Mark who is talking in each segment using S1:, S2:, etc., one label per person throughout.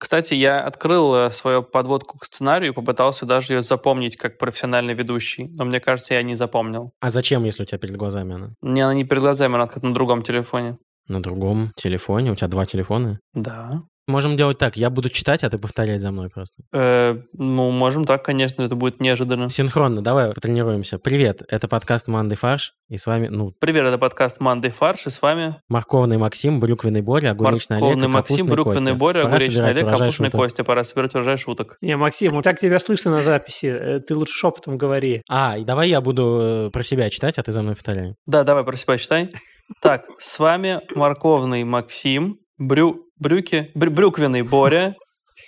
S1: Кстати, я открыл э, свою подводку к сценарию и попытался даже ее запомнить как профессиональный ведущий, но мне кажется, я не запомнил.
S2: А зачем, если у тебя перед глазами она?
S1: Мне она не перед глазами, она как на другом телефоне.
S2: На другом телефоне? У тебя два телефона?
S1: Да.
S2: Можем делать так, я буду читать, а ты повторять за мной просто.
S1: Э, ну, можем так, конечно, это будет неожиданно.
S2: Синхронно, давай потренируемся. Привет, это подкаст «Манды фарш», и с вами, ну,
S1: Привет, это подкаст «Манды фарш», и с вами
S2: морковный Максим, брюквенный Боря, огуречный Олег и
S1: Морковный Максим,
S2: капустный
S1: брюквенный
S2: Костя.
S1: Боря,
S2: Пора
S1: огуречный
S2: собирать
S1: Олег,
S2: урожай
S1: капустный
S2: шуток.
S1: Костя. Пора собирать урожай шуток.
S3: Не, Максим, вот так тебя слышно на записи. Э, Ты лучше шепотом говори.
S2: А, и давай я буду э, про себя читать, а ты за мной повторяй.
S1: Да, давай про себя считай. Так, с вами морковный Максим, брю, брюки, брю- брюквенный Боря,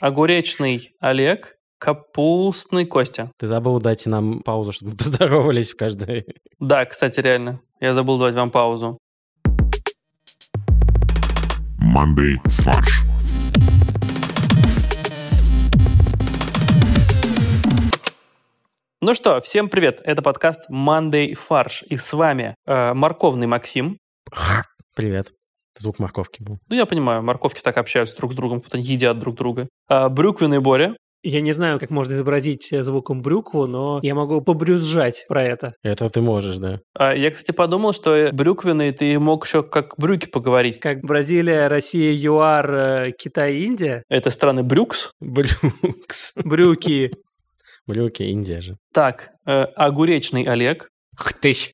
S1: огуречный Олег, капустный Костя.
S2: Ты забыл дать нам паузу, чтобы мы поздоровались в каждой.
S1: Да, кстати, реально. Я забыл давать вам паузу.
S4: Monday Fudge.
S1: Ну что, всем привет. Это подкаст Monday Фарш. И с вами э, морковный Максим.
S2: Привет. Это Звук морковки был.
S1: Ну, я понимаю, морковки так общаются друг с другом, потом едят друг друга. А, брюквенный Боря.
S3: Я не знаю, как можно изобразить э, звуком брюкву, но я могу побрюзжать про это.
S2: Это ты можешь, да.
S1: А, я, кстати, подумал, что э, брюквенный ты мог еще как брюки поговорить.
S3: Как Бразилия, Россия, ЮАР, э, Китай, Индия.
S1: Это страны брюкс.
S2: Брюкс.
S3: Брюки.
S2: Брюки, Индия же.
S1: Так, э, огуречный Олег.
S5: Хтыщ.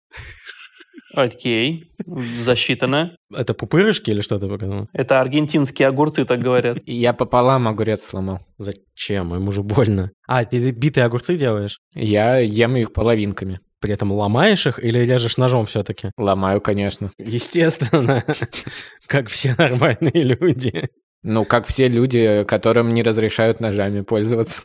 S1: Окей, засчитано.
S2: Это пупырышки или что ты показал?
S1: Это аргентинские огурцы, так говорят.
S5: И Я пополам огурец сломал.
S2: Зачем? Ему же больно. А, ты битые огурцы делаешь?
S5: Я ем их половинками.
S2: При этом ломаешь их или режешь ножом все-таки?
S5: Ломаю, конечно.
S2: Естественно. Как все нормальные люди.
S5: Ну, как все люди, которым не разрешают ножами пользоваться.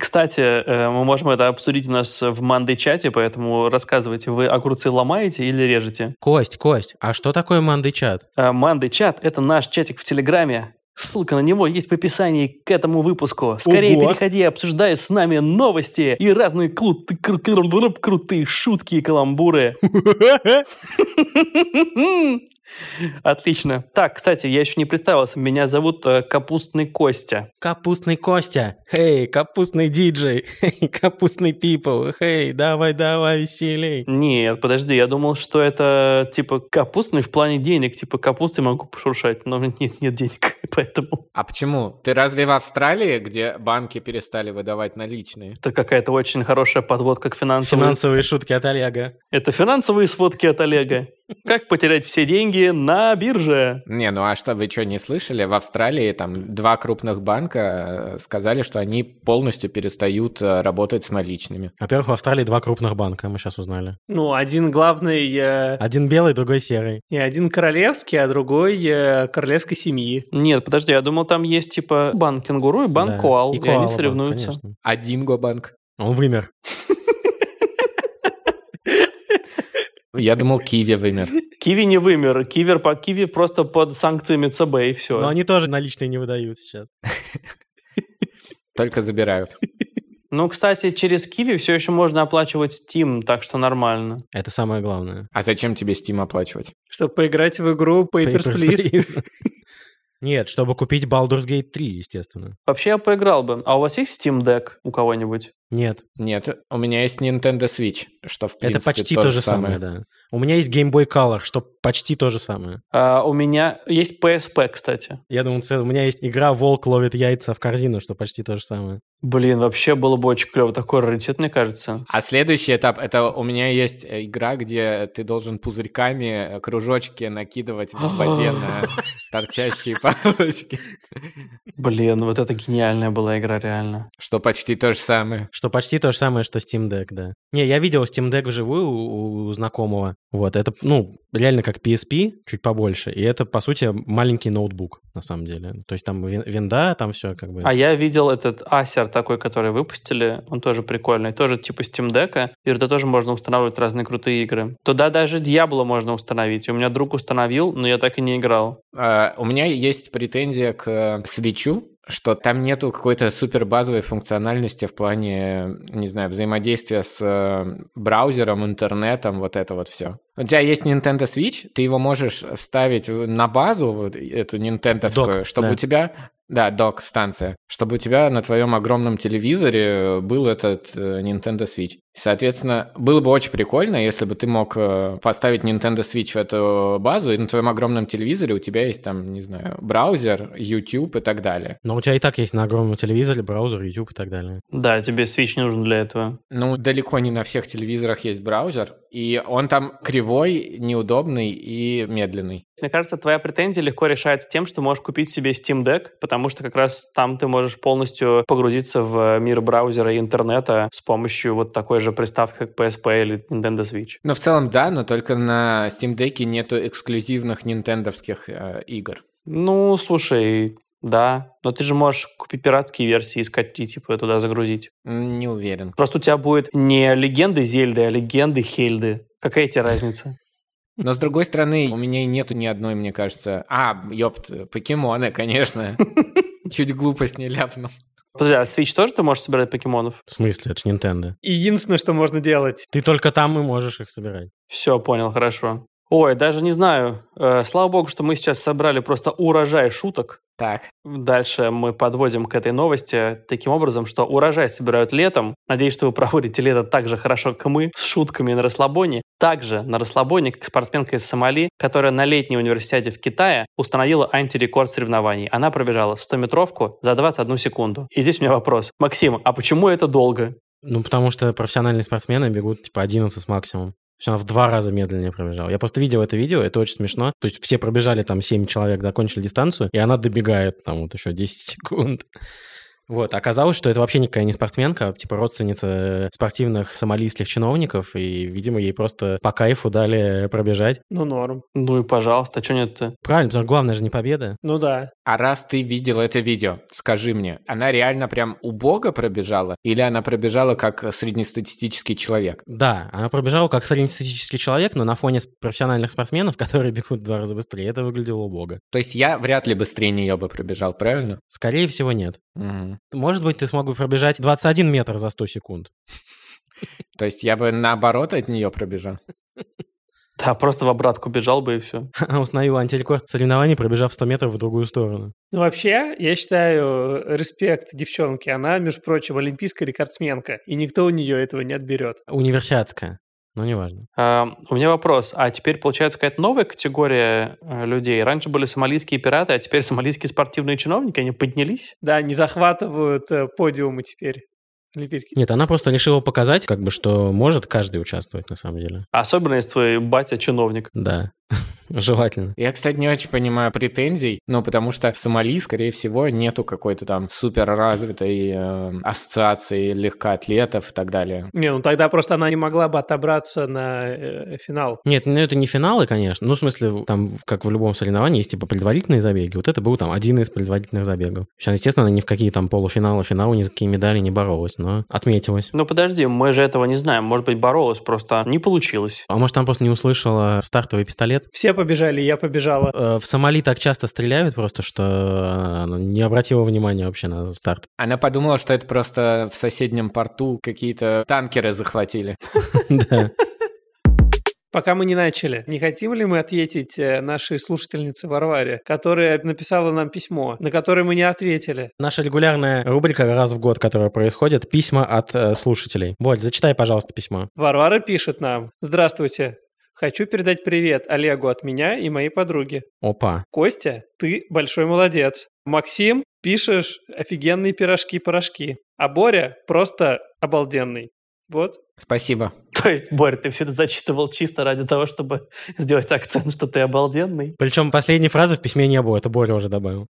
S1: Кстати, э, мы можем это обсудить у нас в Манды-чате, поэтому рассказывайте, вы огурцы ломаете или режете?
S2: Кость, Кость, а что такое мандычат?
S1: А, Манды чат – это наш чатик в Телеграме. Ссылка на него есть в описании к этому выпуску. Скорее
S2: Ого.
S1: переходи и обсуждай с нами новости и разные крут- кру- кру- кру- крутые шутки и каламбуры. Отлично. Так, кстати, я еще не представился. Меня зовут э, Капустный Костя.
S2: Капустный Костя, хей, капустный диджей, хей, капустный пипл, хей, давай, давай, веселей.
S1: Нет, подожди, я думал, что это типа капустный в плане денег. Типа капусты могу пошуршать, но у меня нет, нет денег, поэтому...
S5: А почему? Ты разве в Австралии, где банки перестали выдавать наличные?
S1: Это какая-то очень хорошая подводка к финансовому
S2: Финансовые шутки от Олега.
S1: Это финансовые сводки от Олега. Как потерять все деньги на бирже?
S5: Не, ну а что, вы что, не слышали? В Австралии там два крупных банка э, сказали, что они полностью перестают э, работать с наличными.
S2: Во-первых, в Австралии два крупных банка, мы сейчас узнали.
S3: Ну, один главный э,
S2: Один белый, другой серый.
S3: и один королевский, а другой э, королевской семьи.
S1: Нет, подожди, я думал, там есть типа банк кенгуру и банк
S2: Да.
S1: коал, и,
S2: коала
S1: они
S2: банк,
S1: соревнуются.
S2: конечно.
S5: Один банк.
S2: Он вымер.
S5: Я думал, Киви вымер.
S1: Киви не вымер, Кивер по Киви просто под санкциями ЦБ и все.
S2: Но они тоже наличные не выдают сейчас.
S5: Только забирают.
S1: Ну, кстати, через Киви все еще можно оплачивать Steam, так что нормально.
S2: Это самое главное.
S5: А зачем тебе Steam оплачивать?
S3: Чтобы поиграть в игру Papers,
S2: Papers,
S3: Please.
S2: please. Нет, чтобы купить Baldur's Gate 3, естественно.
S1: Вообще я поиграл бы. А у вас есть Steam Deck у кого-нибудь?
S2: Нет,
S5: Нет, у меня есть Nintendo Switch, что в принципе
S2: это почти то же самое, да. У меня есть Game Boy Color, что почти то же самое.
S1: А, у меня есть PSP, кстати.
S2: Я думал, ц- у меня есть игра «Волк ловит яйца в корзину», что почти то же самое.
S1: Блин, вообще было бы очень клево. Такой раритет, мне кажется.
S5: А следующий этап это у меня есть э, игра, где ты должен пузырьками э, кружочки накидывать в воде на торчащие палочки.
S1: Блин, вот это гениальная была игра, реально.
S5: Что почти то же самое.
S2: Что почти то же самое, что Steam Deck, да. Не, я видел Steam Deck вживую у, у знакомого. Вот, это, ну, реально как PSP, чуть побольше. И это, по сути, маленький ноутбук, на самом деле. То есть там вин- винда, там все как бы...
S1: А я видел этот Acer такой, который выпустили, он тоже прикольный, тоже типа Steam Deck, и туда тоже можно устанавливать разные крутые игры. Туда даже Diablo можно установить. У меня
S5: А,
S1: друг установил, но я так и не играл.
S5: Э, У меня есть претензия к э, свечу, что там нету какой-то супер базовой функциональности в плане, не знаю, взаимодействия с э, браузером, интернетом, вот это вот все. У тебя есть Nintendo Switch, ты его можешь вставить в- на базу, вот эту Nintendo,
S2: Док,
S5: чтобы
S2: да.
S5: у тебя... Да, док, станция. Чтобы у тебя на твоем огромном телевизоре был этот э, Nintendo Switch. И, Соответственно, было бы очень прикольно, если бы ты мог э, поставить Nintendo Switch в эту базу, и на твоем огромном телевизоре у тебя есть там, не знаю, браузер, YouTube и так далее.
S2: Но у тебя и так есть на огромном телевизоре браузер, YouTube и так далее.
S1: Да, тебе Switch не нужен для этого.
S5: Ну, далеко не на всех телевизорах есть браузер, и он там кривой, неудобный и медленный.
S1: Мне кажется, твоя претензия легко решается тем, что можешь купить себе Steam Deck, потому что как раз там ты можешь полностью погрузиться в мир браузера и интернета с помощью вот такой же приставки, как PSP или Nintendo Switch.
S5: Но в целом да, но только на Steam Deck нету эксклюзивных нинтендовских э, игр.
S1: Ну, слушай, да, но ты же можешь купить пиратские версии, искать и типа туда загрузить.
S5: М, Не уверен.
S1: Просто у тебя будет не легенды Зельды, а легенды Хельды. Какая тебе разница?
S5: Но с другой стороны, у меня и нету ни одной, мне кажется. А, ёпт, покемоны, конечно. Чуть глупость не ляпнул.
S1: Подожди, а Switch тоже ты можешь собирать покемонов?
S2: В смысле, это же Nintendo.
S3: Единственное, что можно делать.
S2: Ты только там и можешь их собирать.
S1: Все, понял, хорошо. Ой, даже не знаю. Э, слава богу, что мы сейчас собрали просто урожай шуток.
S5: Так.
S1: Дальше мы подводим к этой новости таким образом, что урожай собирают летом. Надеюсь, что вы проводите лето так же хорошо, как мы, с шутками на расслабоне. Также на расслабоне, как спортсменка из Сомали, которая на летней универсиаде в Китае установила антирекорд соревнований. Она пробежала 100-метровку за 21 секунду. И здесь у меня вопрос. Максим, а почему это долго?
S2: Ну, потому что профессиональные спортсмены бегут типа 11 максимум. То есть она в два раза медленнее пробежала. Я просто видел это видео, это очень смешно. То есть все пробежали там 7 человек, закончили дистанцию, и она добегает там вот еще 10 секунд. Вот, оказалось, что это вообще никакая не спортсменка, а типа родственница спортивных сомалийских чиновников, и, видимо, ей просто по кайфу дали пробежать.
S3: Ну, норм.
S1: Ну и пожалуйста, а что нет-то?
S2: Правильно, потому что главное же не победа.
S3: Ну да.
S5: А раз ты видел это видео, скажи мне, она реально прям убого пробежала? Или она пробежала как среднестатистический человек?
S2: Да, она пробежала как среднестатистический человек, но на фоне с- профессиональных спортсменов, которые бегут в два раза быстрее, это выглядело убого.
S5: То есть я вряд ли быстрее нее бы пробежал, правильно?
S2: Скорее всего, нет.
S5: Мгм.
S2: Может быть, ты смог бы пробежать 21 метр за 100 секунд.
S5: То есть я бы наоборот от нее пробежал.
S1: Да, просто в обратку бежал бы и все.
S2: Она установила А антирекорд соревнований, пробежав 100 метров в другую сторону.
S3: Ну, вообще, я считаю, э, респект девчонке. Она, между прочим, олимпийская рекордсменка. И никто у нее этого не отберет.
S2: Универсиадская. Но неважно.
S1: А, У меня вопрос. А теперь получается какая-то новая категория э, людей? Раньше были сомалийские пираты, а теперь сомалийские спортивные чиновники, они поднялись?
S3: Да, не захватывают э, подиумы теперь. Олимпийские.
S2: Нет, она просто решила показать, как бы, что может каждый участвовать на самом деле.
S1: Особенно если твой батя чиновник.
S2: Да. Желательно.
S5: Я, кстати, не очень понимаю претензий, ну, потому что в Сомали, скорее всего, нету какой-то там супер развитой э, ассоциации легкоатлетов и так далее.
S3: Не, ну тогда просто она не могла бы отобраться на э, финал.
S2: Нет, ну это не финалы, конечно. Ну, в смысле, в- там, как в любом соревновании, есть типа предварительные забеги. Вот это был там один из предварительных забегов. Сейчас, естественно, она ни в какие там полуфиналы, финалы, ни за какие медали не боролась, но отметилась.
S1: Ну подожди, мы же этого не знаем. Может быть, боролась, просто не получилось.
S2: А может, там просто не услышала стартовый пистолет?
S3: Все побежали, я побежала.
S2: Э, В Сомали так часто стреляют просто, что э, она не обратила внимания вообще на старт.
S5: Она подумала, что это просто в соседнем порту какие-то танкеры захватили.
S2: Да.
S3: Пока мы не начали, не хотим ли мы ответить э, нашей слушательнице Варваре, которая написала нам письмо, на которое мы не ответили?
S2: Наша регулярная рубрика раз в год, которая происходит, письма от э, слушателей. Боль, зачитай, пожалуйста, письмо.
S3: Варвара пишет нам. Здравствуйте. Хочу передать привет Олегу от меня и моей подруги.
S2: Опа.
S3: Костя, ты большой молодец. Максим, пишешь офигенные пирожки-порошки. А Боря просто обалденный. Вот.
S5: Спасибо.
S1: То есть, Борь, ты все это зачитывал чисто ради того, чтобы сделать акцент, что ты обалденный?
S2: Причем последней фразы в письме не было, это Боря уже добавил.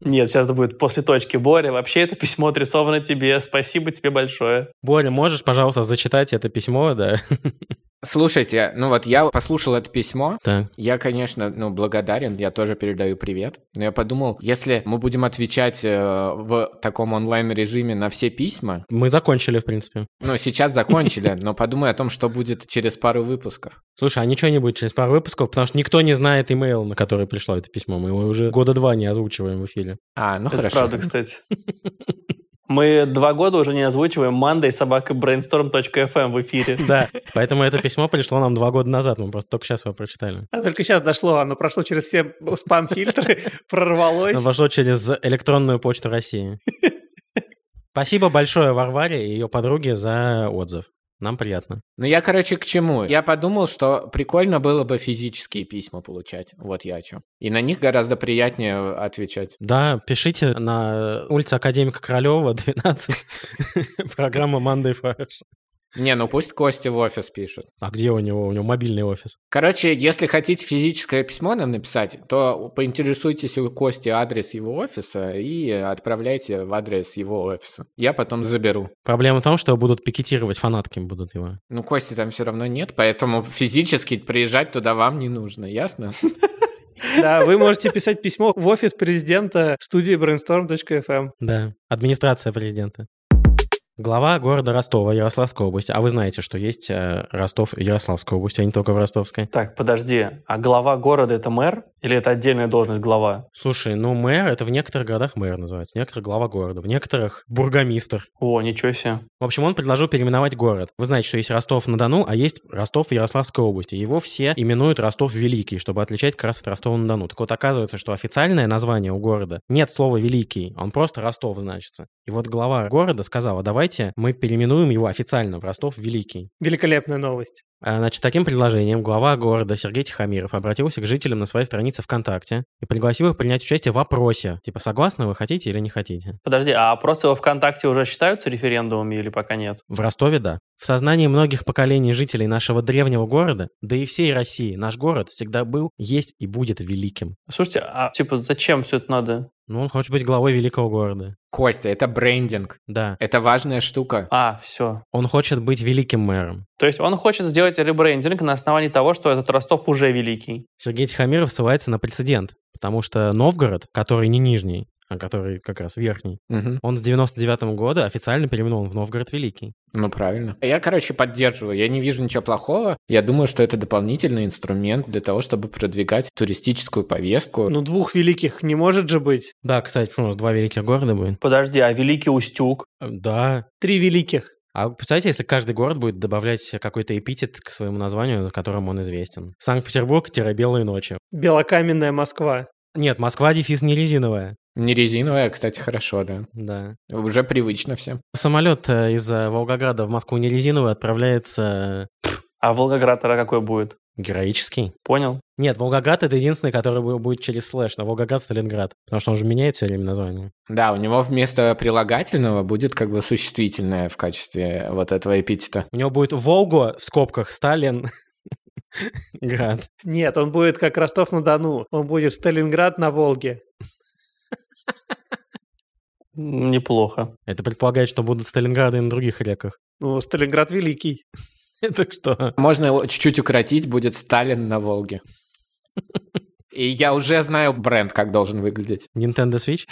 S1: Нет, сейчас это будет после точки. Боря, вообще это письмо адресовано тебе. Спасибо тебе большое.
S2: Боря, можешь, пожалуйста, зачитать это письмо, да?
S5: Слушайте, ну вот я послушал это письмо,
S2: Так.
S5: я, конечно, ну, благодарен, я тоже передаю привет. Но я подумал, если мы будем отвечать э, в таком онлайн-режиме на все письма,
S2: Мы закончили, в принципе.
S5: ну, сейчас закончили, но подумай о том, что будет через пару выпусков.
S2: Слушай, а ничего не будет через пару выпусков, потому что никто не знает имейл, на который пришло это письмо. Мы его уже года два не озвучиваем в эфире.
S5: А, ну
S1: Это
S5: хорошо.
S1: правда, кстати. Мы два года уже не озвучиваем Monday собака brainstorm.fm в эфире.
S2: Да, поэтому это письмо пришло нам два года назад, мы просто только сейчас его прочитали.
S3: А только сейчас дошло, оно прошло через все спам-фильтры,
S2: Оно
S3: прорвалось.
S2: вошло через электронную почту России. Спасибо большое Варваре и ее подруге за отзыв. Нам приятно.
S5: Ну, я, короче, к чему? Я подумал, что прикольно было бы физические письма получать. Вот я о чем. И на них гораздо приятнее э, отвечать.
S2: Да, пишите на улице Академика Королева, 12, программа Monday Фарш.
S5: Не, ну пусть Костя в офис пишет.
S2: А где у него? У него мобильный офис.
S5: Короче, если хотите физическое письмо нам написать, то поинтересуйтесь у Кости адрес его офиса и отправляйте в адрес его офиса. Я потом заберу.
S2: Проблема в том, что будут пикетировать фанатки, будут его.
S5: Ну, Кости там все равно нет, поэтому физически приезжать туда вам не нужно, ясно?
S3: Да, вы можете писать письмо в офис президента студии brainstorm.fm.
S2: Да, администрация президента. Глава города Ростова, Ярославской области. А вы знаете, что есть э, Ростов и Ярославская область, а не только в Ростовской.
S1: Так, подожди, а глава города это мэр или это отдельная должность глава?
S2: Слушай, ну мэр, это в некоторых городах мэр называется, в некоторых глава города, в некоторых бургомистр.
S1: О, ничего себе.
S2: В общем, он предложил переименовать город. Вы знаете, что есть Ростов-на-Дону, а есть Ростов в Ярославской области. Его все именуют Ростов Великий, чтобы отличать как раз от Ростова-на-Дону. Так вот, оказывается, что официальное название у города нет слова Великий, он просто Ростов значится. И вот глава города сказала, давайте мы переименуем его официально в Ростов Великий.
S3: Великолепная новость.
S2: А, Значит, таким предложением глава города Сергей Тихомиров обратился к жителям на своей странице ВКонтакте и пригласил их принять участие в опросе. Типа, согласны вы, хотите или не хотите?
S1: Подожди, а опросы во ВКонтакте уже считаются референдумами или пока нет?
S2: В Ростове, да. В сознании многих поколений жителей нашего древнего города, да и всей России, наш город всегда был, есть и будет великим.
S1: Слушайте, а типа зачем все это надо?
S2: Ну, он хочет быть главой великого города.
S5: Костя, это брендинг.
S2: Да,
S5: Это важная штука.
S1: А, все.
S2: он хочет быть великим мэром.
S1: То есть он хочет сделать ребрендинг на основании того, что этот Ростов уже великий.
S2: Сергей Тихомиров ссылается на прецедент, потому что Новгород, который не нижний, а который как раз верхний,
S5: Мгм.
S2: он с 99 года официально переименован в Новгород Великий.
S5: Ну, правильно. Я, короче, поддерживаю. Я не вижу ничего плохого. Я думаю, что это дополнительный инструмент для того, чтобы продвигать туристическую повестку.
S3: Ну, двух великих не может же быть.
S2: Да, кстати, что у нас два великих города будет?
S1: Подожди, а Великий Устюг?
S2: Э, Да.
S3: Три великих. А
S2: Представляете, если каждый город будет добавлять какой-то эпитет к своему названию, за которым он известен. Санкт-Петербург-белые ночи.
S3: белокаменная Москва.
S2: Нет, Москва дефис не резиновая.
S5: Не резиновая, а, кстати, хорошо, да.
S2: Да.
S5: Уже привычно всем.
S2: Самолет э, из э, Волгограда в Москву не резиновый отправляется
S1: А Волгоград тогда какой будет?
S2: э, героический.
S1: Понял?
S2: Нет, Волгоград это единственный, который бу- будет через слэш, но Волгоград Сталинград. Потому что он же меняет все время название.
S5: Да, у него вместо прилагательного будет как бы существительное в качестве вот этого эпитета.
S2: У него будет Волго в скобках Сталин. Град.
S3: Нет, он будет как Ростов-на-Дону. Он будет Сталинград на Волге.
S1: М, Неплохо.
S2: Это предполагает, что будут Сталинграды и на других реках.
S3: Ну, Сталинград великий.
S2: Так что...
S5: Можно его чуть-чуть укоротить, будет Сталин на Волге. И я уже знаю бренд, как должен выглядеть.
S2: Nintendo Switch?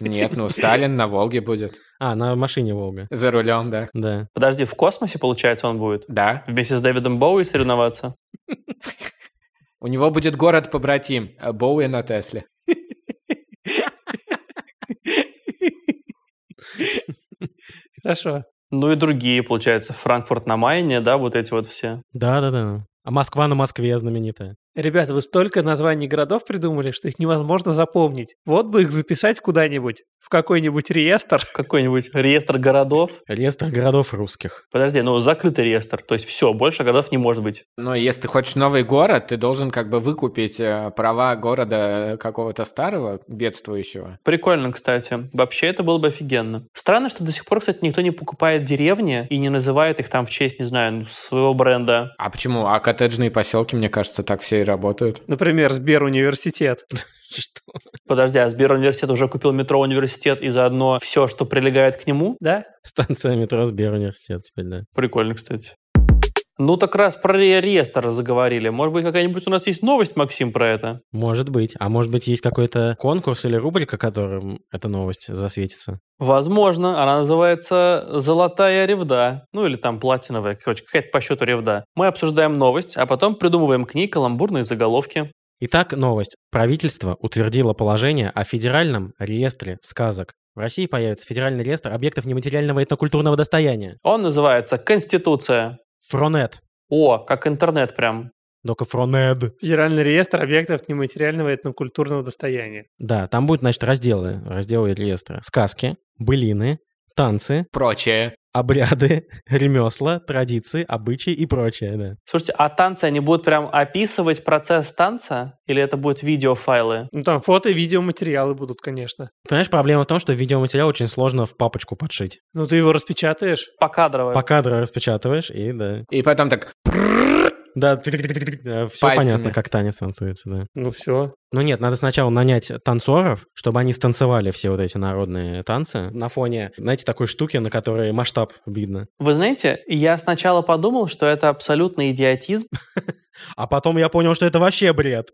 S5: Нет, ну Сталин на Волге будет.
S2: А, на машине Волга.
S5: За рулем, да.
S2: Да.
S1: Подожди, в космосе, получается, он будет?
S5: Да.
S1: Вместе с Дэвидом Боуи соревноваться?
S5: У него будет город-побратим. э, Боуи на Тесле.
S3: Хорошо.
S1: Ну и другие, получается, Франкфурт на Майне, да, вот эти вот все.
S2: Да-да-да. А Москва на Москве знаменитая.
S3: Ребята, вы столько названий городов придумали, что их невозможно запомнить. Вот бы их записать куда-нибудь, в какой-нибудь реестр.
S1: Какой-нибудь реестр городов.
S2: Реестр городов русских.
S1: Подожди, ну закрытый реестр, то есть все, больше городов не может быть.
S5: Но если ты хочешь новый город, ты должен как бы выкупить э, права города э, какого-то старого, бедствующего.
S1: Прикольно, кстати. Вообще это было бы офигенно. Странно, что до сих пор, кстати, никто не покупает деревни и не называет их там в честь, не знаю, ну, своего бренда.
S5: А почему? А коттеджные поселки, мне кажется, так все и работают.
S3: Например, Сбер-университет.
S2: Что?
S1: Подожди, а Сберуниверситет уже купил метро университет и заодно все, что прилегает к нему?
S3: Да?
S2: Станция метро Сбер университет теперь, да.
S1: Прикольно, кстати. Ну так раз про реестр заговорили. Может быть, какая-нибудь у нас есть новость, Максим, про это?
S2: Может быть. А может быть, есть какой-то конкурс или рубрика, которым эта новость засветится?
S1: Возможно, она называется «Золотая ревда», ну или там «Платиновая», короче, какая-то по счету ревда. Мы обсуждаем новость, а потом придумываем к ней каламбурные заголовки.
S2: Итак, новость. Правительство утвердило положение о федеральном реестре сказок. В России появится федеральный реестр объектов нематериального этнокультурного достояния.
S1: Он называется «Конституция».
S2: Фронет.
S1: О, как интернет прям.
S2: Только Фронед.
S3: Федеральный реестр объектов нематериального этнокультурного достояния.
S2: Да, там будут, значит, разделы, разделы реестра. Сказки, былины, танцы,
S5: Прочее.
S2: обряды, ремесла, традиции, обычаи и прочее, да.
S1: Слушайте, а танцы, они будут прям описывать процесс танца? Или это будут видеофайлы?
S3: Ну там фото, видео, материалы будут, конечно.
S2: Понимаешь, проблема в том, что видеоматериал очень сложно в папочку подшить.
S3: Ну ты его распечатаешь.
S1: Покадровые.
S2: По кадру распечатываешь, и да.
S5: И потом так,
S2: Да, все
S5: Пальцами.
S2: понятно, как танец танцуется, да.
S3: Ну все.
S2: Ну нет, надо сначала нанять танцоров, чтобы они станцевали все вот эти народные танцы на фоне, знаете, такой штуки, на которой масштаб видно.
S1: Вы знаете, я сначала подумал, что это абсолютный идиотизм.
S2: А потом я понял, что это вообще бред.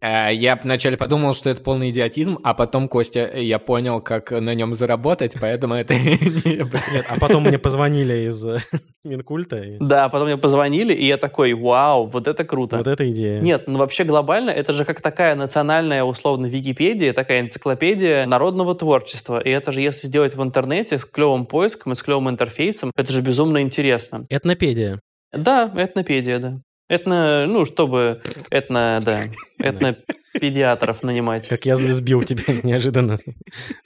S5: э, я вначале подумал, что это полный идиотизм, а потом, Костя, э, я понял, как на нем заработать, поэтому это не
S2: Нет, а потом мне позвонили из э, Минкульта. и
S1: Да, а потом мне позвонили, и я такой, вау, вот это круто.
S2: Вот эта идея.
S1: Нет, ну вообще глобально это же как такая национальная условно Википедия, такая энциклопедия народного творчества. И это же если сделать в интернете с клевым поиском и с клевым интерфейсом, это же безумно интересно.
S2: Этнопедия.
S1: Да, этнопедия, да. Этно, ну, чтобы этно, да, этнопедиатров нанимать.
S2: Как я сбил тебя неожиданно с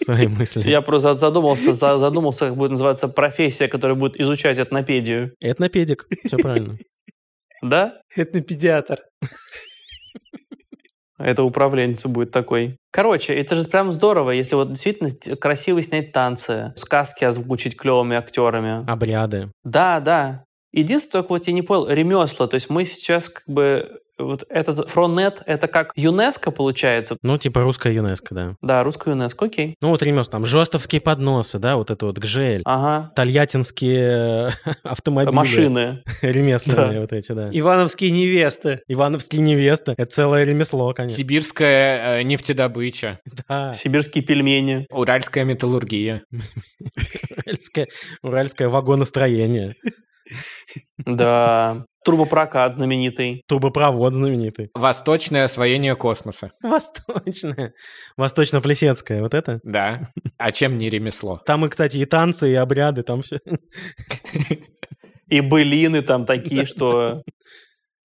S2: своей мыслью.
S1: Я просто задумался, за- задумался, как будет называться профессия, которая будет изучать этнопедию.
S2: Этнопедик. Все правильно.
S1: Да?
S3: Этнопедиатр.
S1: А Это управленец будет такой. Короче, это же прям здорово, если вот действительно с- красиво снять танцы, сказки озвучить клевыми актерами.
S2: Обряды.
S1: Да, да. Единственное, только вот я не понял, ремесла. То есть мы сейчас как бы вот этот фронет, это как ЮНЕСКО получается?
S2: Ну, типа русская ЮНЕСКо, да.
S1: Да, русская ЮНЕСКО, окей.
S2: Ну, вот ремес, там, жестовские подносы, да, вот это вот гжель.
S1: Ага.
S2: Тольяттинские автомобили.
S1: Машины.
S2: Ремесленные
S1: Да.
S2: вот эти, да.
S3: Ивановские невесты.
S2: Ивановские невесты. Это целое ремесло, конечно.
S5: Сибирская э, нефтедобыча,
S2: Да.
S1: Сибирские пельмени.
S5: уральская металлургия.
S2: Уральское, уральское вагоностроение.
S1: Да. Трубопрокат знаменитый.
S2: Трубопровод знаменитый.
S5: Восточное освоение космоса.
S2: Восточное. Восточно-плесецкое, вот это.
S5: Да. А чем не ремесло?
S2: Там и, кстати, и танцы, и обряды, там все.
S1: И былины там такие, что...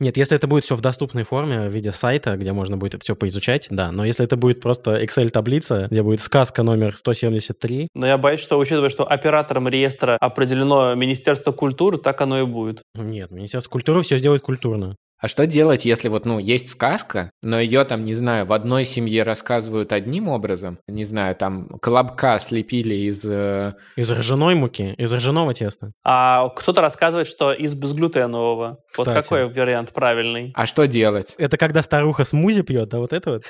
S2: Нет, если это будет все в доступной форме в виде сайта, где можно будет это все поизучать, да. Но если это будет просто Excel-таблица, где будет сказка номер 173,
S1: Но ну, я боюсь, что учитывая, что оператором реестра определено Министерство культуры, так оно и будет.
S2: ну нет, Министерство культуры все сделает культурно.
S5: А что делать, если вот, ну, есть сказка, но ее там, не знаю, в одной семье рассказывают одним образом, не знаю, там, колобка слепили из... э,
S2: Из ржаной муки, из ржаного теста.
S1: А кто-то рассказывает, что из безглютенового. Вот
S2: Кстати.
S1: какой вариант правильный?
S5: А что делать?
S2: Это когда старуха смузи пьет, да, вот это вот.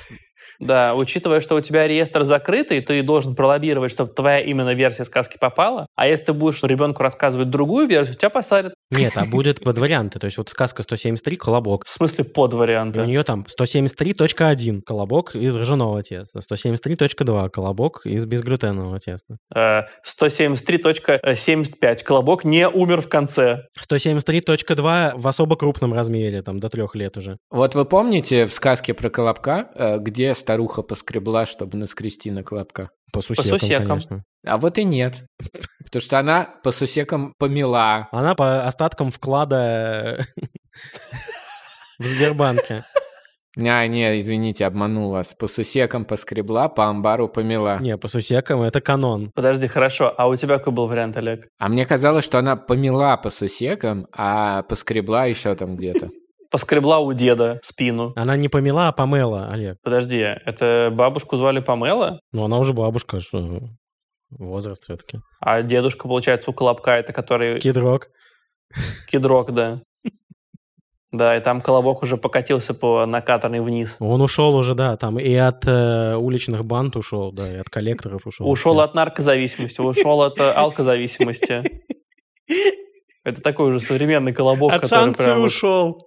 S1: Да, учитывая, что у тебя реестр закрытый, ты должен пролоббировать, чтобы твоя именно версия сказки попала. А если ты будешь ребенку рассказывать другую версию, тебя посадят.
S2: Нет, а будет под варианты. То есть вот сказка 173, колобок.
S1: В смысле под
S2: И у
S1: варианты.
S2: нее там 173.1 колобок из ржаного теста, 173.2 колобок из безглютенового теста,
S1: Э, 173.75. Колобок не умер в конце.
S2: 173.2 в особо крупном размере, там до трех лет уже.
S5: Вот вы помните в сказке про колобка, э, где старуха поскребла, чтобы наскрести на колобка?
S2: По сусекам,
S1: сусекам.
S2: конечно.
S5: А вот и нет. Потому что она по сусекам помела.
S2: Она по остаткам вклада э, в Сбербанке.
S5: А, не, извините, обманул вас. По сусекам поскребла, по амбару помела.
S2: Не, по сусекам это канон.
S1: Подожди, хорошо. А у тебя какой был вариант, Олег?
S5: А мне казалось, что она помела по сусекам, а поскребла еще там где-то.
S1: Поскребла у деда спину.
S2: Она не помела, а помела, Олег.
S1: Подожди, это бабушку звали Памела,
S2: Ну, она уже бабушка, что ну, возраст все-таки.
S1: а дедушка, получается, у Колобка, это который
S2: Кидрок.
S1: кедрок, да. Да, и там Колобок уже покатился по накатанной вниз.
S2: Он ушел уже, да, там и от э, уличных банд ушел, да, и от коллекторов ушел.
S1: Ушел от наркозависимости, ушел от э, алкозависимости. Это такой уже современный колобок,
S3: От
S1: который
S3: санкций
S1: прям... вот-
S3: ушел.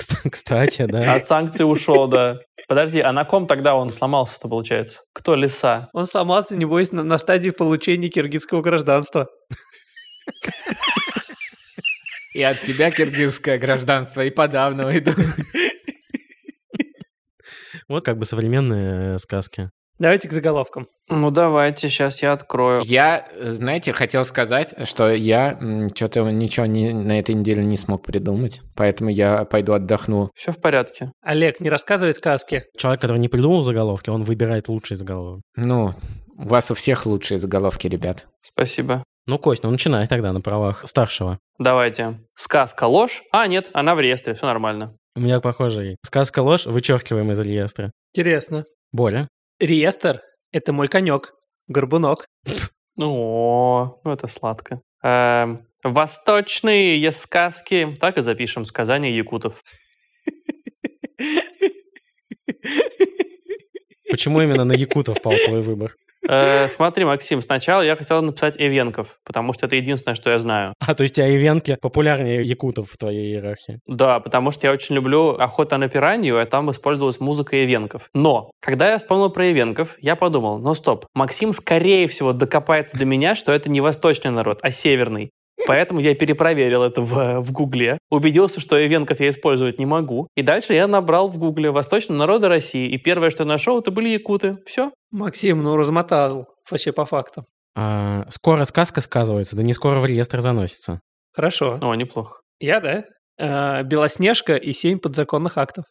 S2: Кста- Кстати, да.
S1: От санкций ушел, да. Подожди, а на ком тогда он сломался-то, получается? Кто лиса?
S3: Он сломался, небось, на, на стадии получения киргизского гражданства.
S5: И от тебя киргизское гражданство и подавно уйду.
S2: Вот как бы современные э, сказки.
S3: Давайте к заголовкам.
S1: Ну, давайте, сейчас я открою.
S5: Я, знаете, хотел сказать, что я что-то ничего не- на этой неделе не смог придумать, поэтому я пойду отдохну.
S1: Все в порядке.
S3: Олег, не рассказывай сказки.
S2: Человек, который не придумал заголовки, он выбирает лучший заголовок.
S5: Ну, у вас у всех лучшие заголовки, ребят.
S1: Спасибо.
S2: Ну, Кость, ну начинай тогда на правах старшего.
S1: Давайте. Сказка ложь? А, нет, она в реестре, все нормально.
S2: У меня похожий. Сказка ложь, вычеркиваем из реестра.
S3: Интересно.
S2: Боря.
S3: Реестр — это мой конек. Горбунок.
S1: Ну, о, ну это сладко. Эм, восточные сказки. Так и запишем сказания якутов.
S2: Почему именно на якутов пал твой выбор?
S1: Э, смотри, Максим, сначала я хотел написать Эвенков, потому что это единственное, что я знаю.
S2: А, то есть у тебя ивенки популярнее якутов в твоей иерархии.
S1: Да, потому что я очень люблю «Охота на пиранью», а там использовалась музыка Евенков. Но, когда я вспомнил про Евенков, я подумал, ну стоп, Максим, скорее всего, докопается до меня, что это не восточный народ, а северный. Поэтому я перепроверил это в, в Гугле, убедился, что Евенков я использовать не могу. И дальше я набрал в Гугле «Восточные народы России», и первое, что я нашел, это были якуты. Все.
S3: Максим, ну размотал вообще по фактам.
S2: А, скоро сказка сказывается, да не скоро в реестр заносится.
S3: Хорошо.
S1: О, неплохо.
S3: Я, да? Э, Белоснежка и семь подзаконных актов.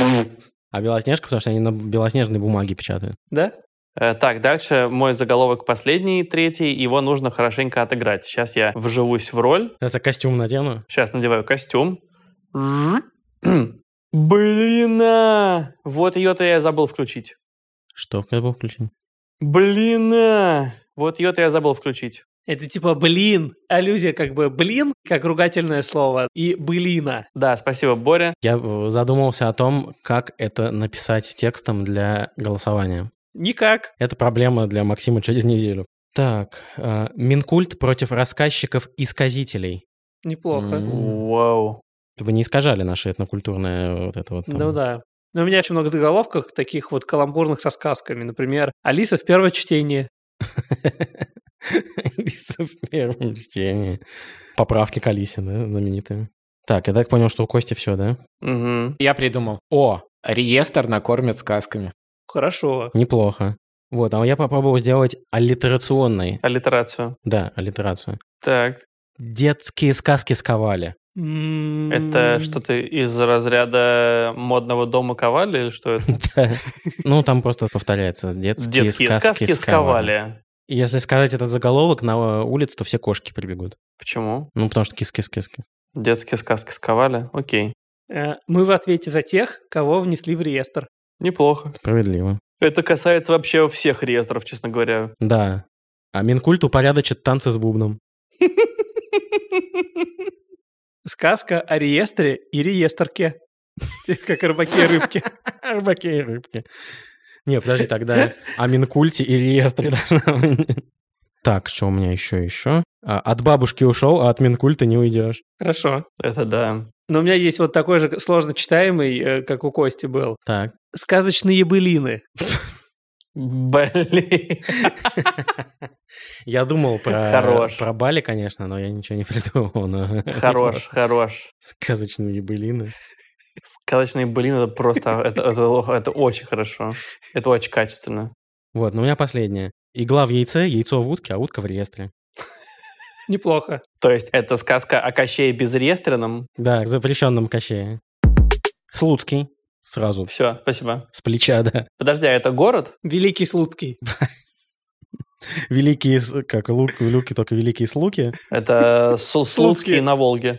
S2: А Белоснежка, потому что они на белоснежной бумаге печатают.
S3: Да?
S1: Э, Так, дальше мой заголовок последний, третий, его нужно хорошенько отыграть. Сейчас я вживусь в роль,
S2: Сейчас я костюм надену.
S1: Сейчас надеваю костюм. Блин, а! вот ее-то я забыл включить.
S2: Что в был включен?
S1: Блин, а! вот ее-то я забыл включить.
S3: Это типа блин. Аллюзия как бы блин, как ругательное слово, и былина.
S1: Да, спасибо, Боря.
S2: Я э, задумался о том, как это написать текстом для голосования.
S3: Никак.
S2: Это проблема для Максима через неделю. Так, э, Минкульт против рассказчиков-исказителей.
S3: Неплохо. Ну
S5: М.
S1: Вау.
S2: Чтобы не искажали наше этнокультурное э, вот это вот. там.
S3: Ну да. Но у меня очень много заголовков таких вот каламбурных со сказками. Например, Алиса в первое чтение.
S2: Алиса в первом чтении. Поправки к Алисе, да, знаменитые. Так, я так понял, что у Кости все, да?
S1: Мгм.
S5: Я придумал.
S2: О,
S5: Реестр накормит сказками.
S3: Хорошо.
S2: неплохо. Вот, а я попробовал сделать аллитерационный.
S1: Аллитерацию.
S2: Да, аллитерацию.
S1: Так,
S2: Детские сказки сковали.
S3: М.
S1: это что-то из разряда модного дома ковали или что это?
S2: Да. Ну, там просто повторяется. Детские,
S1: Детские сказки сковали.
S2: Если сказать этот заголовок на улицу, то все кошки прибегут.
S1: Почему?
S2: Ну, потому что кис-кис-кис.
S1: Детские сказки сковали? Окей.
S3: Э, Мы в ответе за тех, кого внесли в реестр.
S1: Неплохо.
S2: Справедливо.
S1: Это касается вообще всех реестров, честно говоря.
S2: Да. А Минкульт упорядочит танцы с бубном.
S3: Сказка о реестре и реестрке. Как рыбаки и рыбки.
S2: Рыбаки и рыбки. Не, подожди, тогда о Минкульте и реестре должна быть. Так, что у меня еще, еще? А, От бабушки ушел, а от Минкульта не уйдешь.
S3: Хорошо.
S1: Это да.
S3: Но у меня есть вот такой же сложно читаемый, э, как у Кости был.
S2: Так.
S3: Сказочные былины.
S1: Блин.
S2: Я думал про,
S1: Хорош.
S2: про Бали, конечно, но я ничего не придумал. но-
S1: Хорош, хорош.
S2: Сказочные былины.
S1: Сказочные блин, это просто, это, это, лох- это очень хорошо. Это очень качественно.
S2: Вот, но у меня последнее. Игла в яйце, яйцо в утке, а утка в реестре.
S3: Неплохо.
S1: То есть это сказка о Кощее безреестренном.
S2: Да, к запрещенном кощее. Слуцкий. Сразу.
S1: Все, спасибо.
S2: С плеча, да.
S1: Подожди, а это город?
S3: Великий Слуцкий.
S2: Великие, с- как лук, люки, только великие слуки.
S1: Это Су- Слуцкий
S3: Слуцкий.
S1: на Волге.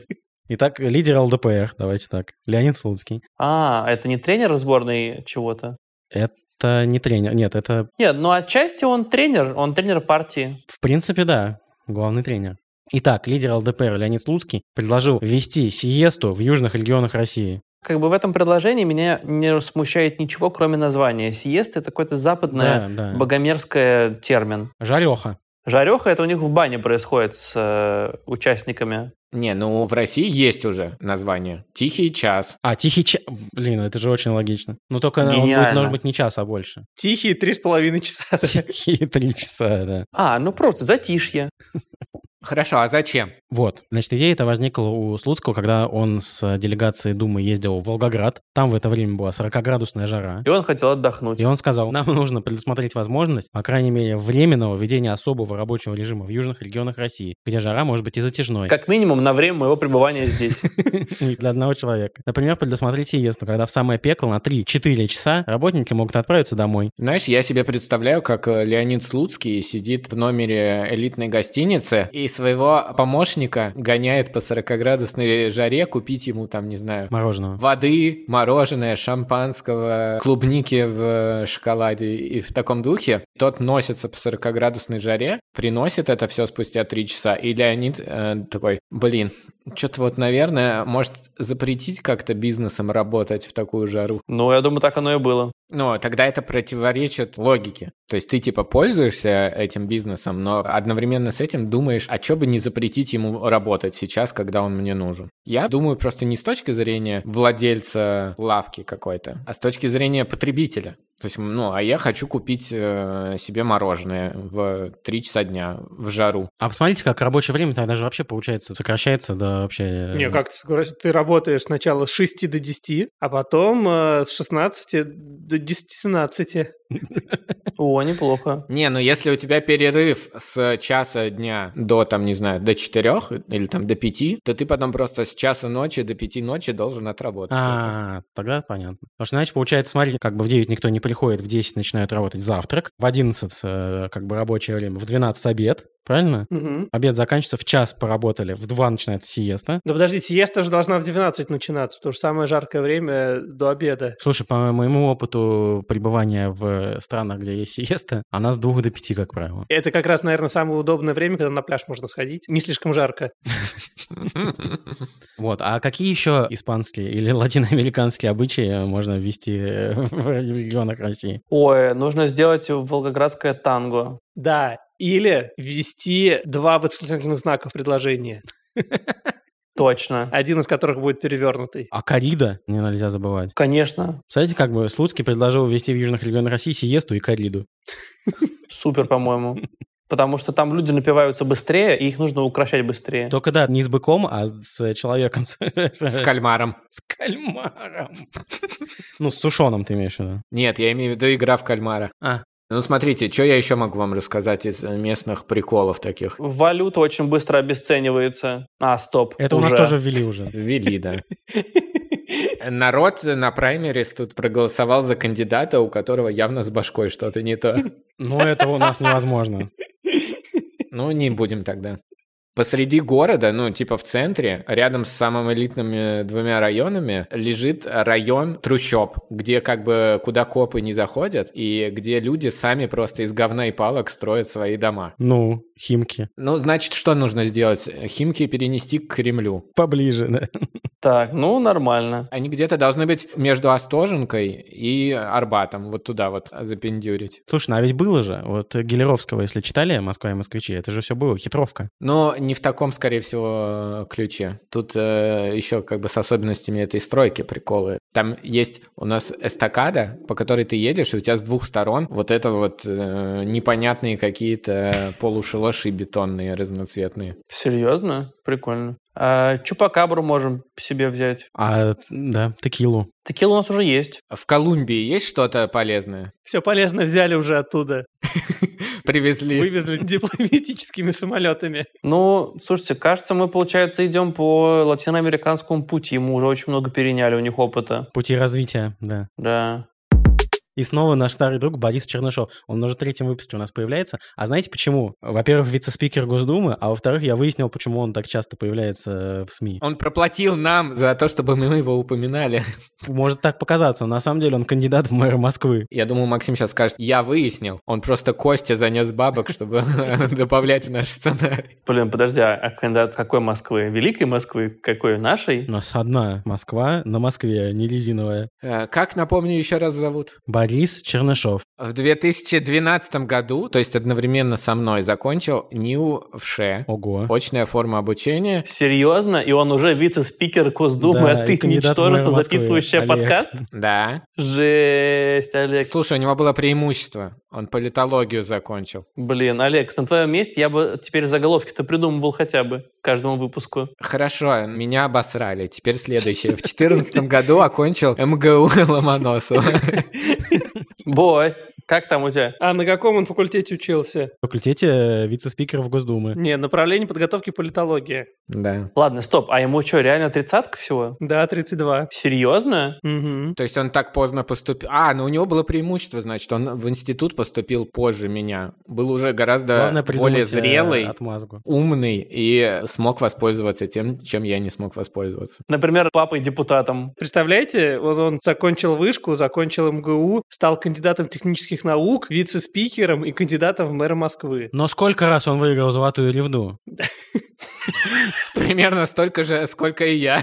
S2: Итак, лидер ЛДПР, давайте так. Леонид Слуцкий.
S1: А, это не тренер сборной чего-то?
S2: Это не тренер. Нет, это,
S1: Нет, ну отчасти он тренер, он тренер партии.
S2: в принципе, да, главный тренер. Итак, лидер ЛДПР Леонид Слуцкий предложил ввести сиесту в южных регионах России.
S1: Как бы в этом предложении меня не смущает ничего, кроме названия. Сиест — это какой-то западное
S2: Да, да.
S1: богомерзкое термин.
S2: Жареха.
S1: Жареха это у них в бане происходит с э, участниками.
S5: Не, ну в России есть уже название. Тихий час.
S2: А, тихий час... Блин, это же очень логично. Но только он будет,
S1: Гениально.
S2: может быть, не час, а больше.
S3: Тихие три с половиной часа.
S2: Тихие три часа, да.
S1: А, ну просто затишье.
S5: Хорошо, а зачем?
S2: Вот. Значит, идея эта возникла у Слуцкого, когда он с делегацией Думы ездил в Волгоград. Там в это время была 40-градусная жара.
S1: И он хотел отдохнуть.
S2: И он сказал, нам нужно предусмотреть возможность, по крайней мере, временного введения особого рабочего режима в южных регионах России, где жара может быть и затяжной.
S1: Как минимум на время моего пребывания здесь.
S2: И для одного человека. Например, предусмотреть съезд, когда в самое пекло на 3-4 часа работники могут отправиться домой.
S5: Знаешь, я себе представляю, как э, Леонид Слуцкий сидит в номере элитной гостиницы и своего помощника гоняет по 40-градусной жаре купить ему там, не знаю,
S2: Мороженого.
S5: воды, мороженое, шампанского, клубники в э, шоколаде и в таком духе. Тот носится по 40-градусной жаре, приносит это все спустя 3 часа, и Леонид э, такой, блин, что-то вот, наверное, может запретить как-то бизнесом работать в такую жару.
S1: Ну, я думаю, так оно и было.
S5: Но тогда это противоречит логике. То есть ты типа пользуешься этим бизнесом, но одновременно с этим думаешь, а что бы не запретить ему работать сейчас, когда он мне нужен. Я думаю просто не с точки зрения владельца лавки какой-то, а с точки зрения потребителя. То есть, ну, а я хочу купить э, себе мороженое в 3 часа дня в жару.
S2: А посмотрите, как рабочее время тогда же вообще, получается, сокращается до вообще... э,
S3: Не, как ты согласен? Ты работаешь сначала с 6 до 10, а потом э, с 16 до 10-17.
S1: О, неплохо.
S5: Не, ну если у тебя перерыв с часа дня до, там, не знаю, до 4 или там до 5, то ты потом просто с часа ночи до 5 ночи должен отработать.
S2: А, тогда понятно. Потому что, иначе, получается, смотри, как бы в 9 никто не приходит, в 10 начинают работать завтрак, в 11 э, как бы рабочее время, в 12 обед, правильно?
S3: Мгм.
S2: Обед заканчивается, в час поработали, в 2 начинается сиеста.
S3: Да подожди, сиеста же должна в 19 начинаться, потому что самое жаркое время до обеда.
S2: Слушай, по моему опыту пребывания в странах, где есть сиеста, она с 2 до 5, как правило.
S3: Это как раз, наверное, самое удобное время, когда на пляж можно сходить. Не слишком жарко.
S2: Вот. А какие еще испанские или латиноамериканские обычаи можно ввести э, в регионах России?
S1: Ой, нужно сделать волгоградское танго.
S3: Да, или ввести два восклицательных знака в предложение,
S1: Точно.
S3: один из которых будет перевернутый.
S2: А корида не нельзя забывать.
S1: Конечно.
S2: Представляете, как бы Слуцкий предложил ввести в южных регионах России сиесту и кориду.
S1: Супер, по-моему. Потому что там люди напиваются быстрее, и их нужно укращать быстрее.
S2: Только да, не с быком, а с человеком. С,
S5: С кальмаром.
S2: с кальмаром. Ну, с сушеным ты имеешь в виду.
S5: Нет, я имею в виду игра в кальмара.
S2: А.
S5: Ну, смотрите, что я еще могу вам рассказать из э, местных приколов таких?
S1: Валюта очень быстро обесценивается. А, стоп.
S2: Это у
S1: уже.
S2: нас тоже ввели уже.
S5: Ввели, да. Народ на праймерис тут проголосовал за кандидата, у которого явно с башкой что-то не то.
S2: Но это у нас невозможно.
S5: Ну, не будем тогда. Посреди города, ну, типа в центре, рядом с самыми элитными двумя районами, лежит район трущоб, где как бы куда копы не заходят, и где люди сами просто из говна и палок строят свои дома.
S2: Ну, химки.
S5: Ну, значит, что нужно сделать? Химки перенести к Кремлю.
S2: Поближе, да.
S1: Так, ну, нормально.
S5: Они где-то должны быть между Остоженкой и Арбатом, вот туда вот запендюрить.
S2: Слушай, ну, а ведь было же. Вот э, Гелеровского, если читали «Москва и москвичи», это же все было, хитровка.
S5: Но не в таком, скорее всего, ключе. Тут э, еще как бы с особенностями этой стройки приколы. Там есть у нас эстакада, по которой ты едешь, и у тебя с двух сторон вот это вот э, непонятные какие-то полушелаши бетонные разноцветные.
S1: Серьезно? Прикольно. А, чупакабру можем себе взять.
S2: А, да, текилу.
S1: Текила у нас уже есть.
S5: В Колумбии есть что-то полезное?
S3: Все полезное взяли уже оттуда.
S5: Привезли.
S3: Вывезли дипломатическими самолетами.
S1: Ну, слушайте, кажется, мы, получается, идем по латиноамериканскому пути. Мы уже очень много переняли у них опыта.
S2: Пути развития, да.
S1: Да.
S2: И снова наш старый друг Борис Чернышов. Он уже в третьем выпуске у нас появляется. А знаете почему? Во-первых, вице-спикер Госдумы, а во-вторых, я выяснил, почему он так часто появляется э, в СМИ.
S5: Он проплатил нам за то, чтобы мы его упоминали.
S2: Может так показаться, но на самом деле он кандидат в мэра Москвы.
S5: Я думаю, Максим сейчас скажет, я выяснил. Он просто Костя занес бабок, чтобы добавлять в наш сценарий.
S1: Блин, подожди, а а кандидат какой Москвы? Великой Москвы? Какой? Нашей?
S2: У нас одна Москва на Москве, не резиновая.
S5: Э, Как, напомню, еще раз зовут?
S2: Борис Чернышов.
S5: В 2012 году, то есть одновременно со мной, закончил НИУ в ШЕ.
S2: Ого.
S5: Очная форма обучения.
S1: Серьезно? И он уже вице-спикер Госдумы,
S2: Да,
S1: а
S2: и
S1: ты
S2: кандидат в мэра
S1: ничтожество,
S2: Москвы,
S1: записывающая
S2: Олег.
S1: подкаст?
S5: Да. Э,
S1: Жесть, Олег.
S5: Слушай, у него было преимущество. Он политологию закончил.
S1: Блин, Олег, на твоем месте я бы теперь заголовки-то придумывал хотя бы к каждому выпуску.
S5: Хорошо, меня обосрали. Теперь следующее. В 2014 году окончил МГУ Ломоносова.
S1: Бой, как там у тебя?
S3: А на каком он факультете учился?
S2: В факультете э, вице-спикеров Госдумы.
S3: Не, направление подготовки политология.
S5: Да.
S1: Ладно, стоп, а ему что, реально тридцатка всего?
S3: Да, 32.
S1: Серьезно?
S3: Мгм.
S5: То есть он так поздно поступил. А, ну у него было преимущество, значит, он в институт поступил позже меня. Был уже гораздо
S2: Главное придумать
S5: более
S2: э,
S5: зрелый,
S2: отмазку.
S5: умный и смог воспользоваться тем, чем я не смог воспользоваться.
S1: Например, папой депутатом.
S3: Представляете, вот он закончил вышку, закончил МГУ, стал кандидатом технических наук, вице-спикером и кандидатом в мэра Москвы.
S2: Но сколько раз он выиграл золотую ливну?
S5: Примерно столько же, сколько и я.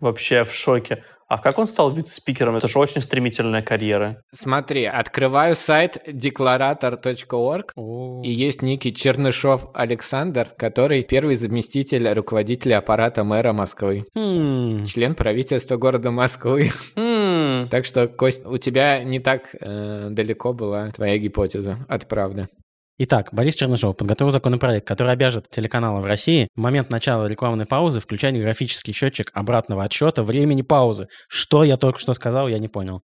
S1: Вообще в шоке. А как он стал вице-спикером? Это же очень стремительная карьера.
S5: Смотри, открываю сайт декларатор.орг. И есть некий Чернышов Александр, который первый заместитель руководителя аппарата мэра Москвы,
S2: Хм.
S5: член правительства города Москвы.
S1: М,
S5: Так что, Кость, у тебя не так э, далеко была твоя гипотеза от правды.
S2: Итак, Борис Чернышов подготовил законопроект, который обяжет телеканалы в России в момент начала рекламной паузы включать графический счетчик обратного отсчета времени паузы. Что я только что сказал, я не понял.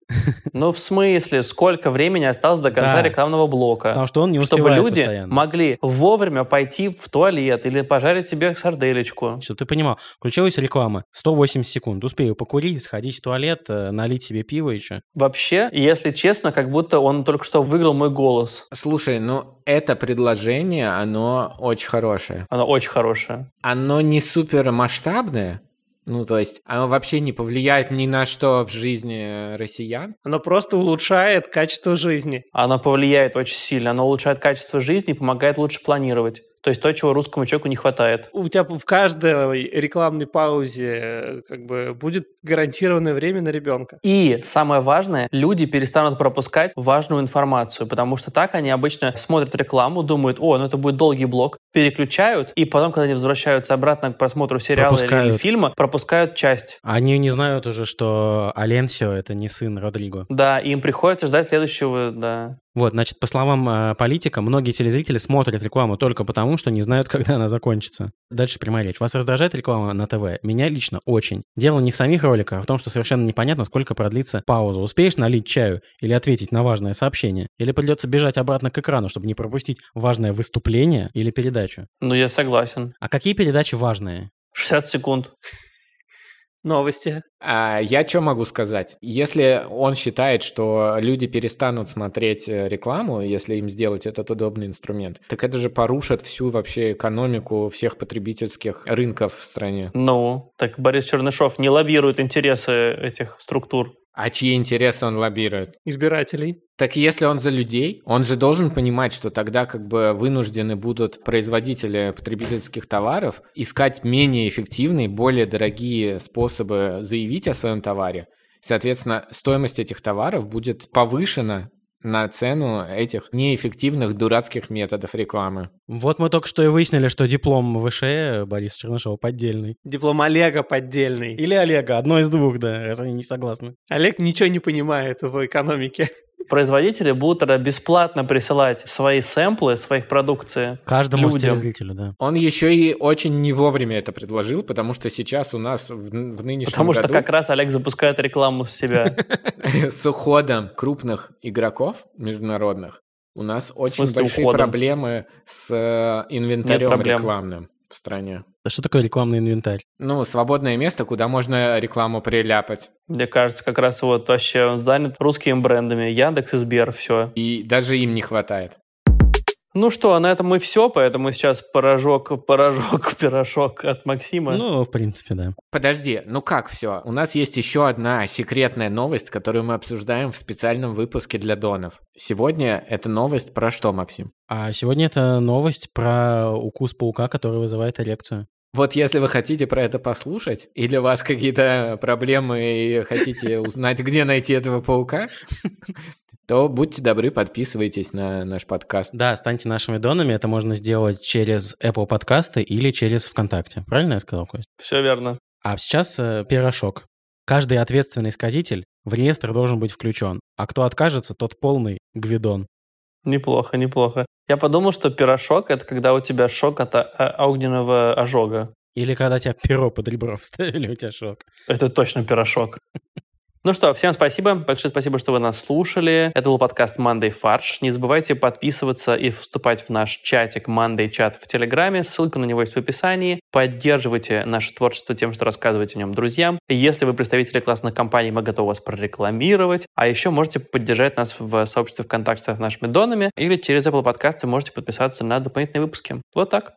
S1: Ну, в смысле, сколько времени осталось до конца
S2: Да.
S1: рекламного блока?
S2: Потому что он не успевает
S1: чтобы люди
S2: постоянно.
S1: могли вовремя пойти в туалет или пожарить себе сарделечку.
S2: Чтобы ты понимал, включилась реклама, 180 секунд, успею покурить, сходить в туалет, э, налить себе пиво еще.
S1: Вообще, если честно, как будто он только что выиграл мой голос.
S5: Слушай, ну это предложение, оно очень хорошее.
S1: Оно очень хорошее.
S5: Оно не супер масштабное, ну то есть оно вообще не повлияет ни на что в жизни россиян.
S3: Оно просто улучшает качество жизни.
S1: Оно повлияет очень сильно. Оно улучшает качество жизни и помогает лучше планировать. То есть то, чего русскому человеку не хватает.
S3: У тебя в каждой рекламной паузе э, как бы будет гарантированное время на ребенка.
S1: И самое важное, люди перестанут пропускать важную информацию, потому что так они обычно смотрят рекламу, думают, о, ну это будет долгий блок, переключают, и потом, когда они возвращаются обратно к просмотру сериала или
S2: Пропускают.
S1: фильма, пропускают часть.
S2: Они не знают уже, что Аленсио — это не сын Родриго.
S1: Да, и им приходится ждать следующего, да.
S2: Вот, значит, по словам э, политика, многие телезрители смотрят рекламу только потому, что не знают, когда она закончится. Дальше прямая речь. Вас раздражает реклама на ТВ? Меня лично очень. Дело не в самих роликах, а в том, что совершенно непонятно, сколько продлится пауза. Успеешь налить чаю или ответить на важное сообщение? Или придется бежать обратно к экрану, чтобы не пропустить важное выступление или передачу?
S1: Ну, я согласен.
S2: А какие передачи важные?
S1: 60 секунд.
S3: Новости.
S5: А я что могу сказать? Если он считает, что люди перестанут смотреть э, рекламу, если им сделать этот удобный инструмент, так это же порушит всю вообще экономику всех потребительских рынков в стране.
S1: Ну, так Борис Чернышов не лоббирует интересы этих структур.
S5: А чьи интересы он лоббирует?
S3: Избирателей.
S5: Так если он за людей, он же должен понимать, что тогда как бы вынуждены будут производители потребительских товаров искать менее эффективные, более дорогие способы заявить о своем товаре. Соответственно, стоимость этих товаров будет повышена на цену этих неэффективных дурацких методов рекламы.
S2: Вот мы только что и выяснили, что диплом ВШЭ Бориса Чернышева Э поддельный.
S3: Диплом Олега поддельный.
S2: Или Олега, одно из двух, да, раз они не согласны.
S3: Олег ничего не понимает в экономике.
S1: Производители будут тогда бесплатно присылать свои сэмплы своих продукции.
S2: Каждому
S1: Людям.
S2: телезрителю, да.
S5: Он еще и очень не вовремя это предложил, потому что сейчас у нас в, н- в нынешнем
S1: Потому что
S5: году-
S1: как раз Олег запускает рекламу с себя.
S5: с уходом крупных игроков международных у нас очень
S1: смысле
S5: большие
S1: уходом?
S5: проблемы с э, инвентарем
S1: проблем.
S5: рекламным в стране.
S2: Да что такое рекламный инвентарь?
S5: Ну, свободное место, куда можно рекламу приляпать.
S1: Мне кажется, как раз вот вообще он занят русскими брендами. Яндекс и Сбер, все.
S5: И даже им не хватает.
S1: Ну что, на этом и все, поэтому сейчас порожок, порожок, пирожок от Максима.
S2: Ну, в принципе, да.
S5: Подожди, ну как все? У нас есть еще одна секретная новость, которую мы обсуждаем в специальном выпуске для донов. Сегодня эта новость про что, Максим?
S2: А сегодня это новость про укус паука, который вызывает эрекцию.
S5: Вот если вы хотите про это послушать, или у вас какие-то проблемы и хотите узнать, где найти этого паука, то будьте добры, подписывайтесь на наш подкаст.
S2: Да, станьте нашими донами. Это можно сделать через Apple подкасты или через ВКонтакте. Правильно я сказал, Кость?
S1: Все верно.
S2: А сейчас э, пирожок. Каждый ответственный сказитель в реестр должен быть включен. А кто откажется, тот полный гвидон.
S1: Неплохо, неплохо. Я подумал, что пирожок — это когда у тебя шок от а- а- огненного ожога.
S2: Или когда тебя перо под ребро вставили, у тебя шок.
S1: Это точно пирожок. Ну что, всем спасибо. Большое спасибо, что вы нас слушали. Это был подкаст Monday Фарш. Не забывайте подписываться и вступать в наш чатик Monday Chat в Телеграме. Ссылка на него есть в описании. Поддерживайте наше творчество тем, что рассказывайте о нем друзьям. Если вы представители классных компаний, мы готовы вас прорекламировать. А еще можете поддержать нас в сообществе ВКонтакте с нашими донами или через Apple подкасты можете подписаться на дополнительные выпуски. Вот так.